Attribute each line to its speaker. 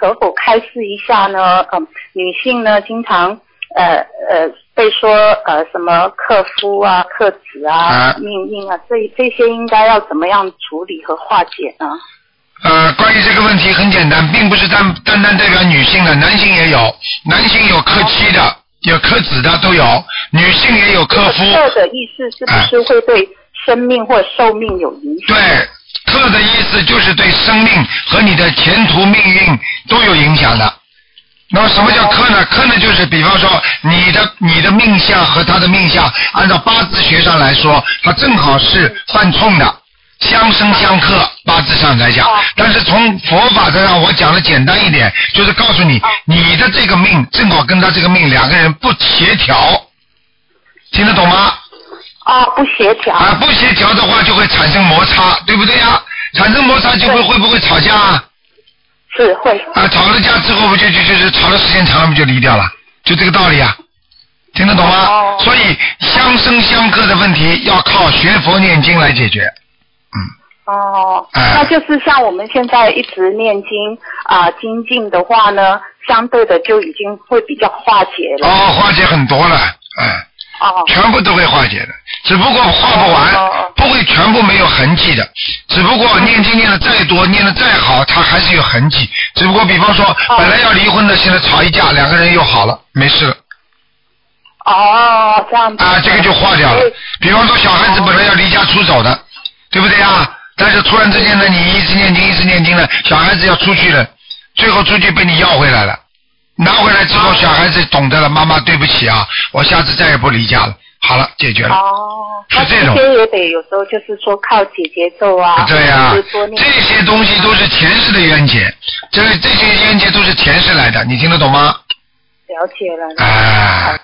Speaker 1: 可否开示一下呢？嗯、女性呢，经常呃呃被说呃什么克夫啊、克子啊
Speaker 2: 啊、
Speaker 1: 命运啊，这这些应该要怎么样处理和化解呢？
Speaker 2: 呃，关于这个问题很简单，并不是单单单代表女性的，男性也有，男性有克妻的，有克子的都有，女性也有克夫。
Speaker 1: 克哦的意思是不是会对生命或寿命有影响？
Speaker 2: 对，克的意思就是对生命和你的前途命运都有影响的。那么什么叫克呢？克呢就是，比方说你的你的命相和他的命相，按照八字学上来说，它正好是犯冲的，相生相克，八字上来讲
Speaker 1: 哦。
Speaker 2: 但是从佛法上让我讲的简单一点，就是告诉你
Speaker 1: 哦，
Speaker 2: 你的这个命正好跟他这个命两个人不协调，听得懂吗？
Speaker 1: 啊，不协调。
Speaker 2: 啊，不协调的话就会产生摩擦，对不对呀、产生摩擦就会
Speaker 1: 对
Speaker 2: 会不会吵架啊？
Speaker 1: 是会
Speaker 2: 啊，吵了架之后不就就就是吵的时间长了不就离掉了？就这个道理啊，听得懂吗？
Speaker 1: 哦
Speaker 2: 所以相生相克的问题要靠学佛念经来解决。嗯
Speaker 1: 哦，
Speaker 2: 哎
Speaker 1: 那就是像我们现在一直念经啊、精进的话呢，相对的就已经会比较化解了。
Speaker 2: 哦，化解很多了，嗯，
Speaker 1: 哦，
Speaker 2: 全部都会化解的，只不过化不完，
Speaker 1: 哦哦哦
Speaker 2: 不会全部没有痕迹的。只不过念经念的再多，念的再好，它还是有痕迹。只不过比方说，
Speaker 1: 哦
Speaker 2: 本来要离婚的，现在吵一架，两个人又好了，没事了。
Speaker 1: 哦，这哦样子
Speaker 2: 啊，这个就化掉了
Speaker 1: 所以。
Speaker 2: 比方说，小孩子本来要离家出走的，对不对啊？但是突然之间呢，你一直念经，一直念经了，小孩子要出去了，最后出去被你要回来了，拿回来之
Speaker 1: 哦
Speaker 2: 后，小孩子懂得了，妈妈对不起啊，我下次再也不离家了。好了，解决了。
Speaker 1: 哦，
Speaker 2: 是
Speaker 1: 那
Speaker 2: 这种
Speaker 1: 些也得有时候就是说靠解节奏啊，
Speaker 2: 对呀、
Speaker 1: 或者是多念
Speaker 2: 这些东西都是前世的冤结，这这些冤结都是前世来的，你听得懂吗？
Speaker 1: 了解了。
Speaker 2: 哎、